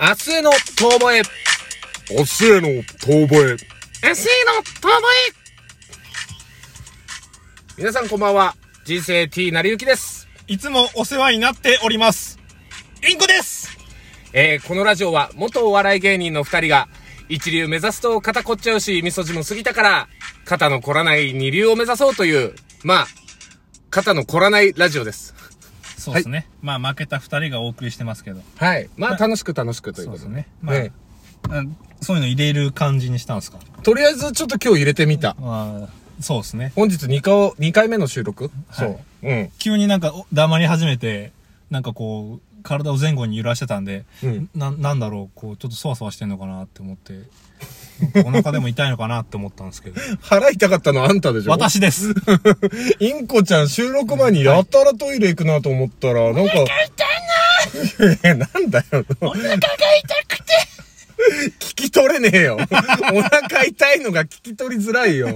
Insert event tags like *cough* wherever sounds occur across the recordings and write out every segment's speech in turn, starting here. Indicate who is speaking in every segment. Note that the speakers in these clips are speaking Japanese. Speaker 1: 明日への遠吠え。
Speaker 2: 明日への遠吠え。
Speaker 1: 明日への遠吠え。皆さんこんばんは。人生 T なりゆきです。
Speaker 3: いつもお世話になっております。インコです
Speaker 1: えー、このラジオは元お笑い芸人の二人が、一流目指すと肩こっちゃうし、味噌汁も過ぎたから、肩の凝らない二流を目指そうという、まあ、肩の凝らないラジオです。
Speaker 3: そうですね。まあ負けた二人がお送りしてますけど。
Speaker 1: はい。まあ楽しく楽しくという
Speaker 3: そ
Speaker 1: こ
Speaker 3: うです
Speaker 1: と
Speaker 3: ね。まあ、
Speaker 1: ね。
Speaker 3: うんそういうの入れる感じにしたんですか
Speaker 1: とりあえずちょっと今日入れてみた。
Speaker 3: まあ、そうですね。
Speaker 1: 本日2回、二回目の収録、
Speaker 3: はい
Speaker 1: そう。うん。
Speaker 3: 急になんかお黙り始めて、なんかこう、体を前後に揺らしてたんで、
Speaker 1: うん
Speaker 3: な、なんだろう、こう、ちょっとそわそわしてんのかなって思って、なんかお腹でも痛いのかなって思ったんです *laughs* けど。
Speaker 1: 腹痛かったのあんたでしょ
Speaker 3: 私です
Speaker 1: *laughs* インコちゃん収録前にやたらトイレ行くなと思ったら、なんか。お腹痛いななんだよ。お腹が痛くて。聞き取れねえよ。お腹痛いのが聞き取りづらいよ。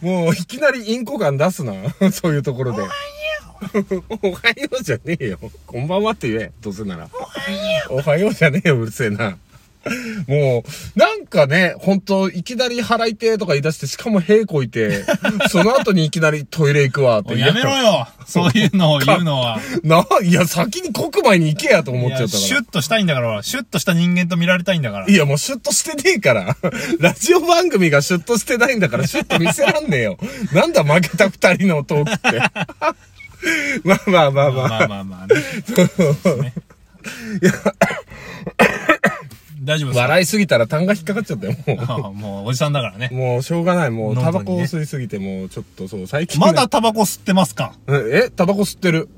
Speaker 1: もういきなりインコ感出すな。そういうところで。おはようじゃねえよ。こんばんはって言え。どうせなら。おはようじゃねえよ、うるせえな。もう、なんかね、ほんと、いきなり腹痛いとか言い出して、しかも屁こいて、その後にいきなりトイレ行くわっ
Speaker 3: お
Speaker 1: て。
Speaker 3: い
Speaker 1: *laughs*
Speaker 3: やめろ
Speaker 1: い
Speaker 3: よそういうのを言うのは。
Speaker 1: な、いや、先に国前に行けやと思っちゃっ
Speaker 3: いや
Speaker 1: た
Speaker 3: シ
Speaker 1: か
Speaker 3: ュ
Speaker 1: ら。
Speaker 3: ッとしたいんだから、俺シュッとした人間と見られたいんだから
Speaker 1: い。や、もうシュッとしてねえから。 *laughs* ラジオ番組がシュッとしてないんだから、シュッと見せらんねえよ。 *laughs* なんだ、負けた二人のトークって。 *laughs* まあまあまあまあ。 *laughs*
Speaker 3: まあまあまあね。大丈夫ですか
Speaker 1: 笑いすぎたら痰が引っかかっちゃったよ、もう。
Speaker 3: ああ *laughs* もうおじさんだからね。
Speaker 1: もうしょうがない。もう
Speaker 3: 喉
Speaker 1: タ
Speaker 3: にね
Speaker 1: バコを吸いすぎて、もうちょっとそう、最近ね。
Speaker 3: まだタバコ吸ってますか
Speaker 1: え、タバコ吸ってる。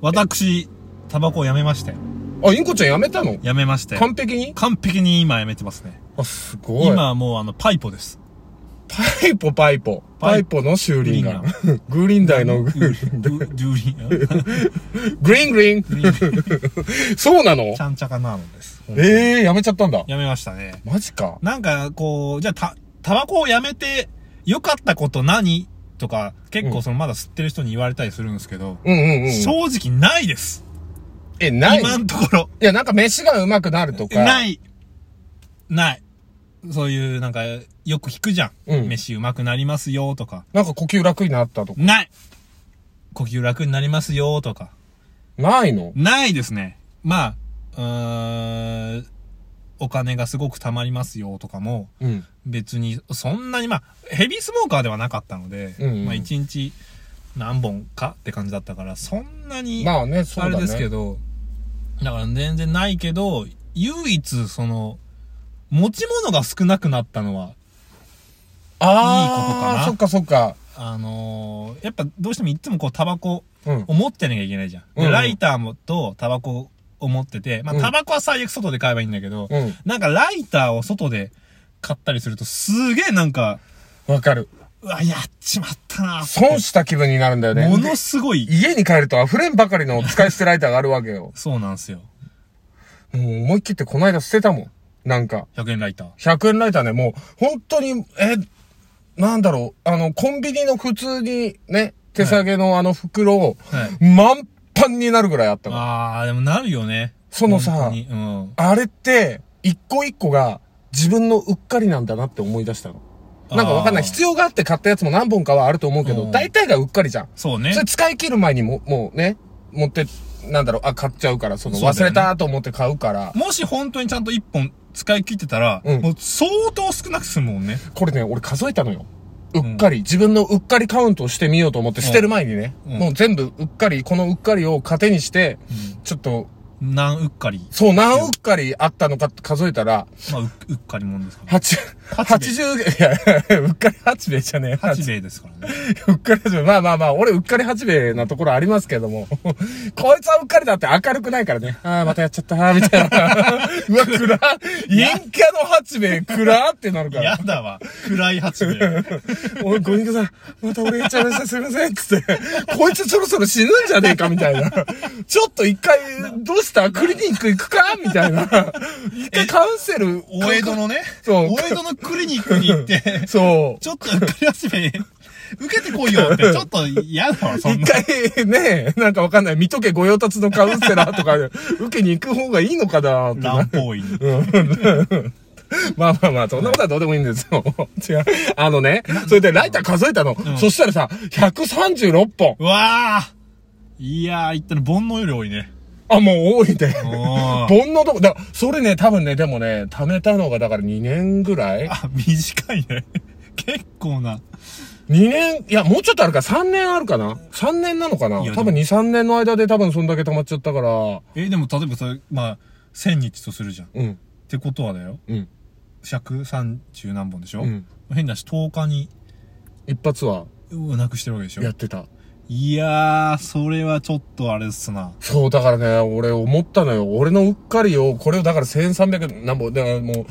Speaker 3: 私、タバコをやめまして。
Speaker 1: あ、インコちゃんやめたの
Speaker 3: やめまして。
Speaker 1: 完璧に
Speaker 3: 完璧に今やめてますね。
Speaker 1: あ、すごい。
Speaker 3: 今、はもうあの、パイポ
Speaker 1: *laughs*
Speaker 3: です。
Speaker 1: パイポパイポ。パ
Speaker 3: パ
Speaker 1: イ
Speaker 3: イ
Speaker 1: ポの修理が。 *laughs* グリーン台のグ
Speaker 3: グーリン、
Speaker 1: グリーングリー *laughs* ン。そうなの
Speaker 3: *laughs* ちゃんちゃかなのです。
Speaker 1: ええー、やめちゃったんだ。
Speaker 3: やめましたね。
Speaker 1: マジか。
Speaker 3: なんか、こう、じゃあ、た、タバコをやめて、良かったこと何とか、結構その、まだ吸ってる人に言われたりするんですけど、
Speaker 1: うんうんうん。
Speaker 3: 正直ないです。
Speaker 1: え、ない
Speaker 3: 今の
Speaker 1: い
Speaker 3: ところ。
Speaker 1: や、なんか飯がうまくなるとか。。
Speaker 3: ないい。ない。そういう、なんか、よく聞くじゃん。
Speaker 1: うん
Speaker 3: 飯うまくなりますよとか。
Speaker 1: なんか呼吸楽になったとか。
Speaker 3: ない呼吸楽になりますよとか。
Speaker 1: ないの
Speaker 3: ないですね。まあ、うーん、お金がすごく貯まりますよとかも、
Speaker 1: うん。
Speaker 3: 別に、そんなに、まあ、ヘビースモーカーではなかったので、
Speaker 1: うんうん
Speaker 3: まあ、一日何本かって感じだったから、そんなに、
Speaker 1: まあね、そう
Speaker 3: あ
Speaker 1: だね。
Speaker 3: れですけど、だから全然ないけど、唯一、その、持ち物が少なくなったのは、いいことか
Speaker 1: ああ、
Speaker 3: な
Speaker 1: そっかそっか。
Speaker 3: あのーやっぱどうしてもいつもこうタバコ
Speaker 1: うん。
Speaker 3: を持ってなきゃいけないじゃん。
Speaker 1: うんう
Speaker 3: で、
Speaker 1: ん
Speaker 3: ライターもとタバコを持ってて、まあ
Speaker 1: うん
Speaker 3: タバコは最悪外で買えばいいんだけど、
Speaker 1: うん
Speaker 3: なんかライターを外で買ったりするとすげえなんか、
Speaker 1: わかる。
Speaker 3: うわ、やっちまったなって
Speaker 1: 損した気分になるんだよね。
Speaker 3: ものすごい、
Speaker 1: 家に帰ると溢れんばかりの使い捨てライターがあるわけ
Speaker 3: *laughs*
Speaker 1: よ。
Speaker 3: そうなんですよ。
Speaker 1: もう思い切ってこの間捨てたもん。なんか、
Speaker 3: 100円ライター。
Speaker 1: 100円ライターね、もう本当に、え、なんだろう、あの、コンビニの普通にね、手提げのあの袋を、 *laughs*
Speaker 3: はい
Speaker 1: 満パンになるぐらいあったの。
Speaker 3: あー、でもなるよね。
Speaker 1: そのさ
Speaker 3: 本当にうん。
Speaker 1: あれって、一個一個が自分のうっかりなんだなって思い出したの。なんかわかんない。
Speaker 3: あー
Speaker 1: 必要があって買ったやつも何本かはあると思うけ
Speaker 3: う
Speaker 1: ど、
Speaker 3: ん
Speaker 1: 大体がうっかりじゃん。
Speaker 3: そうね
Speaker 1: それ。使い切る前にも、もうね、持って、なんだろう、あ、買っちゃうから、その、
Speaker 3: そうだよね
Speaker 1: 忘れたと思って買うから、
Speaker 3: もし本当にちゃんと1本使い切ってたら、
Speaker 1: うん
Speaker 3: もう相当少なく済むもんね。
Speaker 1: これね、俺数えたのよ。うっかり、自分のうっかりカウントをしてみようと思って、捨てる前にね、
Speaker 3: うん
Speaker 1: もう全部うっかり、このうっかりを糧にして、
Speaker 3: う
Speaker 1: ちょっと、
Speaker 3: ん。なんうっ
Speaker 1: *laughs*
Speaker 3: かり。
Speaker 1: そう、何うっかりあったのかって数えたら、
Speaker 3: まあ、ううっかりもんですから、ね。
Speaker 1: 八、八
Speaker 3: 八
Speaker 1: 十、いや、 *laughs* うっかり八兵衛じゃねえ。
Speaker 3: 八兵衛ですからね。
Speaker 1: *laughs* うっかり八兵衛。まあまあまあ、俺うっかり八兵衛なところありますけども。 *laughs* こいつはうっかりだって明るくないからね。ああ、またやっちゃったー、みたいな。 *laughs* うわ、暗っ陰キャの八兵衛、暗ってなるから。
Speaker 3: やだわ。暗い八兵衛。
Speaker 1: *laughs* おい、ご隠居さん、また俺言っちゃいました、すいません、つって、こいつそろそろ死ぬんじゃねえか、みたいな。ちょっと一回、どうしたクリニック行くかみたいな。一回カウンセル。
Speaker 3: お江戸のね。
Speaker 1: そう *laughs*
Speaker 3: お江戸のクリニックに行って、
Speaker 1: そう。
Speaker 3: ちょっとうっかり八兵衛受けてこいよって、ちょっと嫌だわ、そ
Speaker 1: 一
Speaker 3: んな。
Speaker 1: 回ね、なんかわかんない。見とけ御用達のカウンセラーとか、受けに行く方がいいのかなってな
Speaker 3: 乱暴院。
Speaker 1: *laughs* まあまあまあ、そんなことはどうでもいいんですよ。 *laughs* 違う。あのね、それでライター数えたの。そしたらさ、136本。
Speaker 3: うわあいやー、言ったら煩悩より多いね。
Speaker 1: あ、もう多いね。*laughs*
Speaker 3: お
Speaker 1: 煩
Speaker 3: ー
Speaker 1: 悩とか、だからそれね、多分ね、でもね、貯めたのがだから2年ぐらい
Speaker 3: あ、短いね。結構な。
Speaker 1: ?2 年、いや、もうちょっとあるか、3年あるかな ?3 年なのかない
Speaker 3: や
Speaker 1: 多分2、3年の間で多分そんだけ溜まっちゃったから。
Speaker 3: え、でも例えばさ、まあ、1000日とするじゃん。っ
Speaker 1: うん、
Speaker 3: てことはだよ。
Speaker 1: うん、
Speaker 3: 尺三十何本でしょ、
Speaker 1: うん。
Speaker 3: 変だし、10日に、
Speaker 1: 一発は
Speaker 3: うなくしてるわけでしょ
Speaker 1: やってた。
Speaker 3: いやー、それはちょっとあれっすな。
Speaker 1: そう、だからね、俺思ったのよ。俺のうっかりを、これをだから1300、なんぼ、だからもう、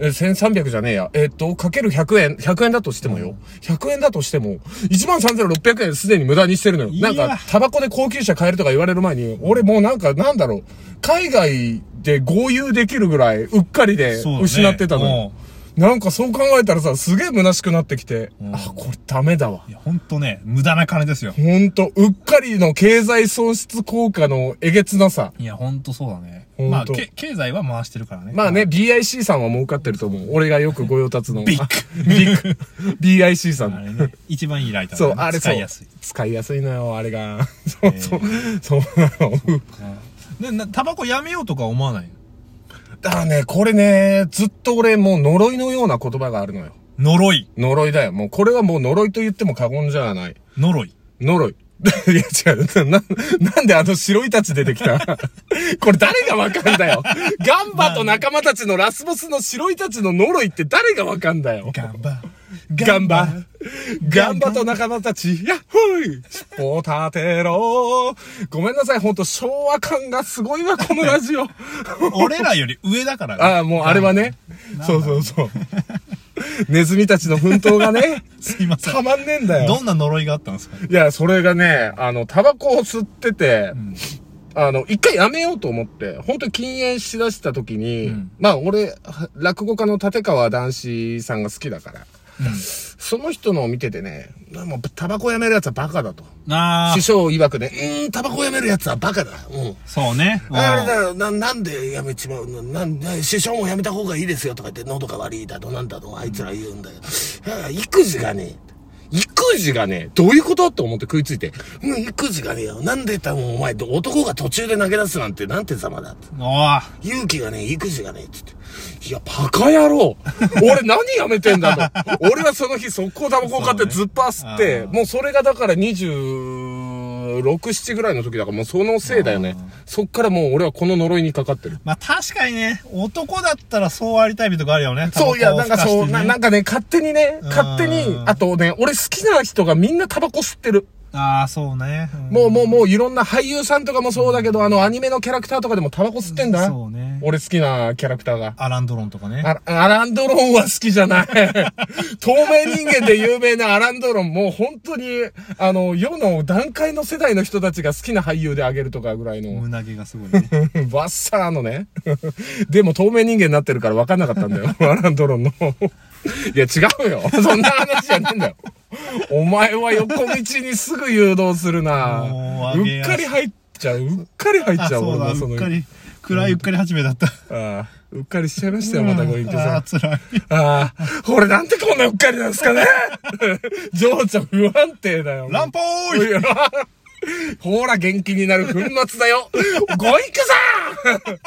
Speaker 1: え、1300じゃねえや。えっと、かける100円、100円だとしてもよ。100円だとしても、13,600円すでに無駄にしてるのよ。
Speaker 3: いや
Speaker 1: なんか、タバコで高級車買えるとか言われる前に、俺もうなんか、なんだろう、海外で豪遊できるぐらい、うっかりで
Speaker 3: そうだね
Speaker 1: 失ってたのよ。なんかそう考えたらさ、すげえ虚しくなってきて、
Speaker 3: うん
Speaker 1: あ、これダメだわ。
Speaker 3: いや、ほんとね、無駄な金ですよ。
Speaker 1: ほんと、うっかりの経済損失効果のえげつなさ。
Speaker 3: いや、ほんとそうだね。
Speaker 1: ほんと
Speaker 3: まあ、け経済は回してるからね。
Speaker 1: まあね、BIC さんは儲かってると思う。俺がよく御用達の。
Speaker 3: ビッグ
Speaker 1: グ。ビッグ。BIC さん
Speaker 3: あ
Speaker 1: の。
Speaker 3: れね、一番いいライターだ
Speaker 1: そ
Speaker 3: ね、
Speaker 1: う、あれそう。
Speaker 3: 使いやすい。。
Speaker 1: 使いやすいのよ、あれが。そうそう。そうなの。
Speaker 3: で、なタバコやめようとか思わない
Speaker 1: だからね、これね、ずっと俺もう呪いのような言葉があるのよ。
Speaker 3: 呪い。
Speaker 1: 呪いだよ。もうこれはもう呪いと言っても過言じゃない。
Speaker 3: 呪い。
Speaker 1: 呪い。 *laughs* いや違う。な、なんであの白いたち出てきた *laughs* これ誰がわかんだよ。ガンバと仲間たちのラスボスの白いたちの呪いって誰がわかんだよ。
Speaker 3: ガンバ。
Speaker 1: ガンバ。ガンバと仲間たち、やっほい尻尾を立てろごめんなさい、ほんと昭和感がすごいわ、このラ *laughs* ジオ。
Speaker 3: 俺らより上だからね。
Speaker 1: ああ、もうあれはね。そうそうそう。ネズミたちの奮闘が *laughs* ね、
Speaker 3: すいません
Speaker 1: た。まんねえんだよ
Speaker 3: ど。んな呪いがあったんですか
Speaker 1: *laughs* いや、それがね、あの、タバコを吸ってて、あの、一回やめようと思って、本当に禁煙しだした時に、
Speaker 3: うん
Speaker 1: まあ俺、落語家の立川談志さんが好きだから、その人のを見ててね、もうタバコやめるやつはバカだと。
Speaker 3: あ
Speaker 1: 師
Speaker 3: あ、
Speaker 1: 匠曰くね、うーん、タバコやめるやつはバカだ。うん。
Speaker 3: そうね。うん
Speaker 1: あれだよな、なんでやめちまうのなんで、師匠もやめた方がいいですよとか言って、喉が悪いだとなんだと、あいつら言うんだよ。いや育児がね、育児がね、どういうことと思って食いついて、うん、育児がねえよ。なんで多分お前、男が途中で投げ出すなんて、なんてざまだって。
Speaker 3: おー
Speaker 1: 勇気がねえ、育児がねえ、つって。いや、バカ野郎俺何やめてんだと。 *laughs* 俺はその日速攻タバコを買って
Speaker 3: そうね
Speaker 1: ずっぱ吸って、
Speaker 3: あー
Speaker 1: もうそれがだから26、7ぐらいの時だからもうそのせいだよね。そっからもう俺はこの呪いにかかってる。
Speaker 3: まあ確かにね、男だったらそうありたいとかあるよね。
Speaker 1: そう、いや、なんかそう、ななん
Speaker 3: か。
Speaker 1: かね、勝手にね、勝手に、
Speaker 3: うん
Speaker 1: あとね、俺好きな人がみんなタバコ吸ってる。
Speaker 3: ああ、そうね。ん
Speaker 1: もうもうもういろんな俳優さんとかもそうだけど、あのアニメのキャラクターとかでもタバコ吸ってんだ。
Speaker 3: そうね。
Speaker 1: 俺好きなキャラクターが。
Speaker 3: アランドロンとかね。
Speaker 1: あアランドロンは好きじゃない。 *laughs* 透明人間で有名なアランドロン、もう本当に、あの、世の段階の世代の人たちが好きな俳優であげるとかぐらいの、
Speaker 3: 胸毛がすごい
Speaker 1: *laughs*
Speaker 3: ね。
Speaker 1: バッサーのね。 *laughs* でも透明人間になってるから分かんなかったんだ
Speaker 3: *laughs*
Speaker 1: よ。アランドロンの。いや、違うよ。そんな話じゃねえんだよ。お前は横道にすぐ誘導する
Speaker 3: も
Speaker 1: な
Speaker 3: う
Speaker 1: う
Speaker 3: 上げ
Speaker 1: っ
Speaker 3: 足
Speaker 1: かり入っちゃう。うっかり入っ
Speaker 3: あ、
Speaker 1: ちゃう。
Speaker 3: そうだ、
Speaker 1: 俺もそうの
Speaker 3: っかり。暗いうっかり始めだった。
Speaker 1: ああうっかりしちゃいましたよ、またご隠居さん
Speaker 3: あ。ー辛い。
Speaker 1: ああ、俺なんでこんなうっかりなんですかね情緒不安定だよ。
Speaker 3: 乱歩
Speaker 1: い
Speaker 3: ーい
Speaker 1: や *laughs* ほら、元気になる粉末だよ。ごいくさん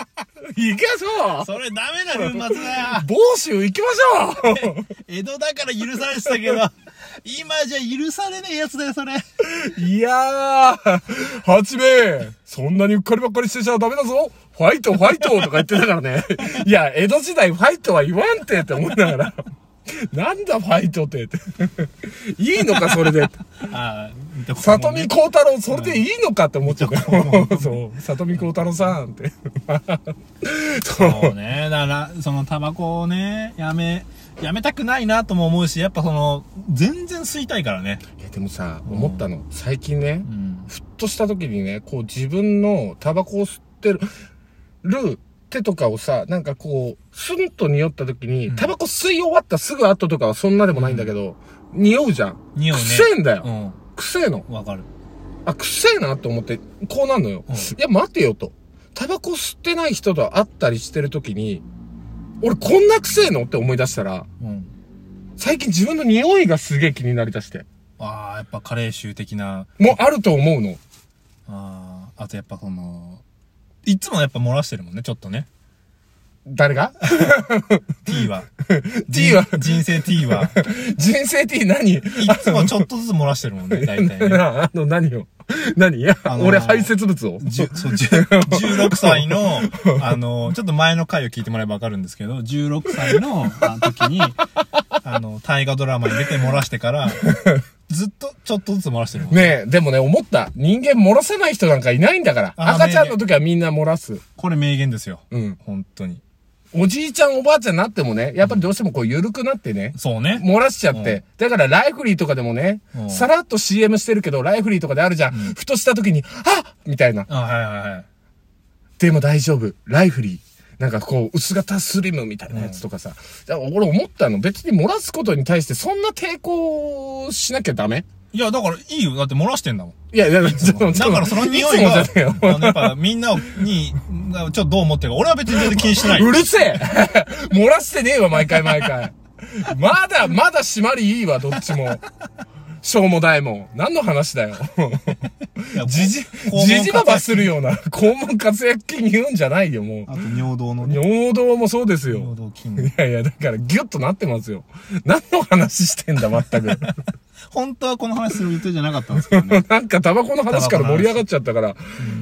Speaker 1: 行きましょう
Speaker 3: それダメだ、粉末だよ。
Speaker 1: 房州行きましょ
Speaker 3: 江戸だから許されてたけど、今じゃ許されねえやつだよ、それ。
Speaker 1: ういやー、はじめ、そんなにうっかりばっかりしてちゃダメだぞファイト、ファイトとか言ってたからね。いや、江戸時代ファイトは言わんてって思いながら。なんだファイトってって。いいのか、それで。
Speaker 3: あー見とこう
Speaker 1: 里見光太郎、それでいいのかって思っちゃうから。そう。里見光太郎さんって。そう。
Speaker 3: そうね。だから、そのタバコをね、やめ、やめたくないなとも思うし、やっぱその、全然吸いたいからね。
Speaker 1: いや、でもさ、思ったの。最近ね
Speaker 3: う、ん。
Speaker 1: ふっとした時にね、こう自分のタバコを吸ってる、る手とかをさ、なんかこう、スンと匂った時に、タバコ吸い終わったすぐ後とかはそんなでもないんだけど、匂うじゃん。
Speaker 3: 匂いね。
Speaker 1: くせえんだよ。
Speaker 3: う
Speaker 1: くせえの。
Speaker 3: ん。わかる。
Speaker 1: あ、くせえなって思って、こうなんのよ。
Speaker 3: うん
Speaker 1: いや、待てよと。タバコ吸ってない人と会ったりしてる時に、俺こんなくせえのって思い出したら、
Speaker 3: うん。
Speaker 1: 最近自分の匂いがすげえ気になりだして。
Speaker 3: ああ、やっぱ加齢臭的な、
Speaker 1: もうあると思うの。
Speaker 3: ああ、あとやっぱこの、いつもやっぱ漏らしてるもんね、ちょっとね。
Speaker 1: 誰
Speaker 3: *laughs*
Speaker 1: が *laughs*
Speaker 3: T は。
Speaker 1: T は
Speaker 3: 人人生 T は。
Speaker 1: 人生 T 何
Speaker 3: いつもちょっとずつ漏らしてるもんね、大体
Speaker 1: *laughs*
Speaker 3: ね。
Speaker 1: あの、何を何いや、
Speaker 3: あのー
Speaker 1: 俺排泄物を。 *laughs*
Speaker 3: じゅそうじゅ16歳の、あの、ちょっと前の回を聞いてもらえばわかるんですけど、16歳のあ時
Speaker 1: *laughs*
Speaker 3: に、あの、大河ドラマに出て漏らしてから、ずっとちょっとずつ漏らしてるもん。
Speaker 1: ねえ、でもね、思った。人間漏らさない人なんかいないんだから。
Speaker 3: あー
Speaker 1: 赤ちゃんの時はみんな漏らす。
Speaker 3: これ名言ですよ。
Speaker 1: うん。
Speaker 3: 本当に。
Speaker 1: おじいちゃんおばあちゃんになってもね、やっぱりどうしてもこう緩くなってね、
Speaker 3: そうね。
Speaker 1: 漏らしちゃっ
Speaker 3: う
Speaker 1: て。だからライフリーとかでもね
Speaker 3: う、ん
Speaker 1: さらっと CM してるけど、ライフリーとかであるじゃん。ふとした時に、あみたいな。
Speaker 3: あ、はいはいはい。
Speaker 1: でも大丈夫。ライフリー。なんかこう、薄型スリムみたいなやつとかさ。だから俺思ったの、別に漏らすことに対してそんな抵抗しなきゃダメ
Speaker 3: いや、だからいいよ。だって漏らしてんだもん。
Speaker 1: いや、いや、ちょっと
Speaker 3: だからその匂い
Speaker 1: つもじ
Speaker 3: が、
Speaker 1: ゃねえよ
Speaker 3: あのやっぱみんなに、ちょっとどう思ってるか。俺は別に全然気にしてない。
Speaker 1: うるせえ漏らしてねえわ、毎回毎回。まだ、まだ締まりいいわ、どっちも。しょうもないもん。何の話だよ。
Speaker 3: いや
Speaker 1: じじ
Speaker 3: 肛門、
Speaker 1: じじばばするような、肛門活躍菌言うんじゃないよ、も
Speaker 3: あと尿道の
Speaker 1: う。
Speaker 3: ね。
Speaker 1: 尿道もそうですよ
Speaker 3: 尿。道筋
Speaker 1: *laughs* い
Speaker 3: 肉。
Speaker 1: やいや、だからギュッとなってますよ。何の話してんだ、全く。
Speaker 3: 本当はこの話する予定じゃなかったんですけどね。
Speaker 1: なんかタバコの話から盛り上がっちゃったから。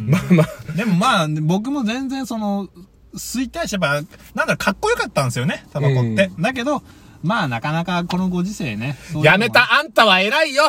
Speaker 1: まあまあ、
Speaker 3: でもまあ、僕も全然その、吸いたいし、やっぱ、なんだろう、かっこよかったんですよね、タバコって。だけど、まあなかなかこのご時世ね。そういうのも
Speaker 1: やめたあんたは偉いよ